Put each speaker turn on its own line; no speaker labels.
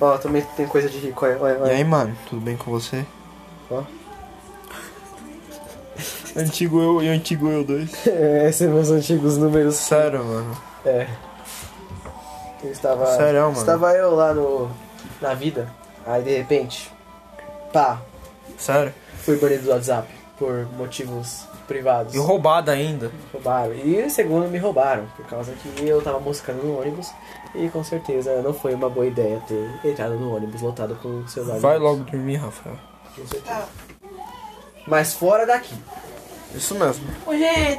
Ó, também tem coisa de rico, olha, olha,
E
olha.
aí, mano, tudo bem com você?
Ó.
Antigo eu e antigo eu dois.
É, Esses são meus antigos números.
Sério, mano.
É. Eu estava.
Sério, mano?
Estava eu lá no. na vida. Aí de repente. Pá,
Sério.
fui banido do WhatsApp por motivos privados.
E roubada ainda.
Roubaram. E segundo, me roubaram, por causa que eu tava moscando no ônibus e com certeza não foi uma boa ideia ter entrado no ônibus lotado com o celular.
Vai
no bolso.
logo dormir, Rafael.
Com certeza. Mas fora daqui.
Isso mesmo.
Ô, gente,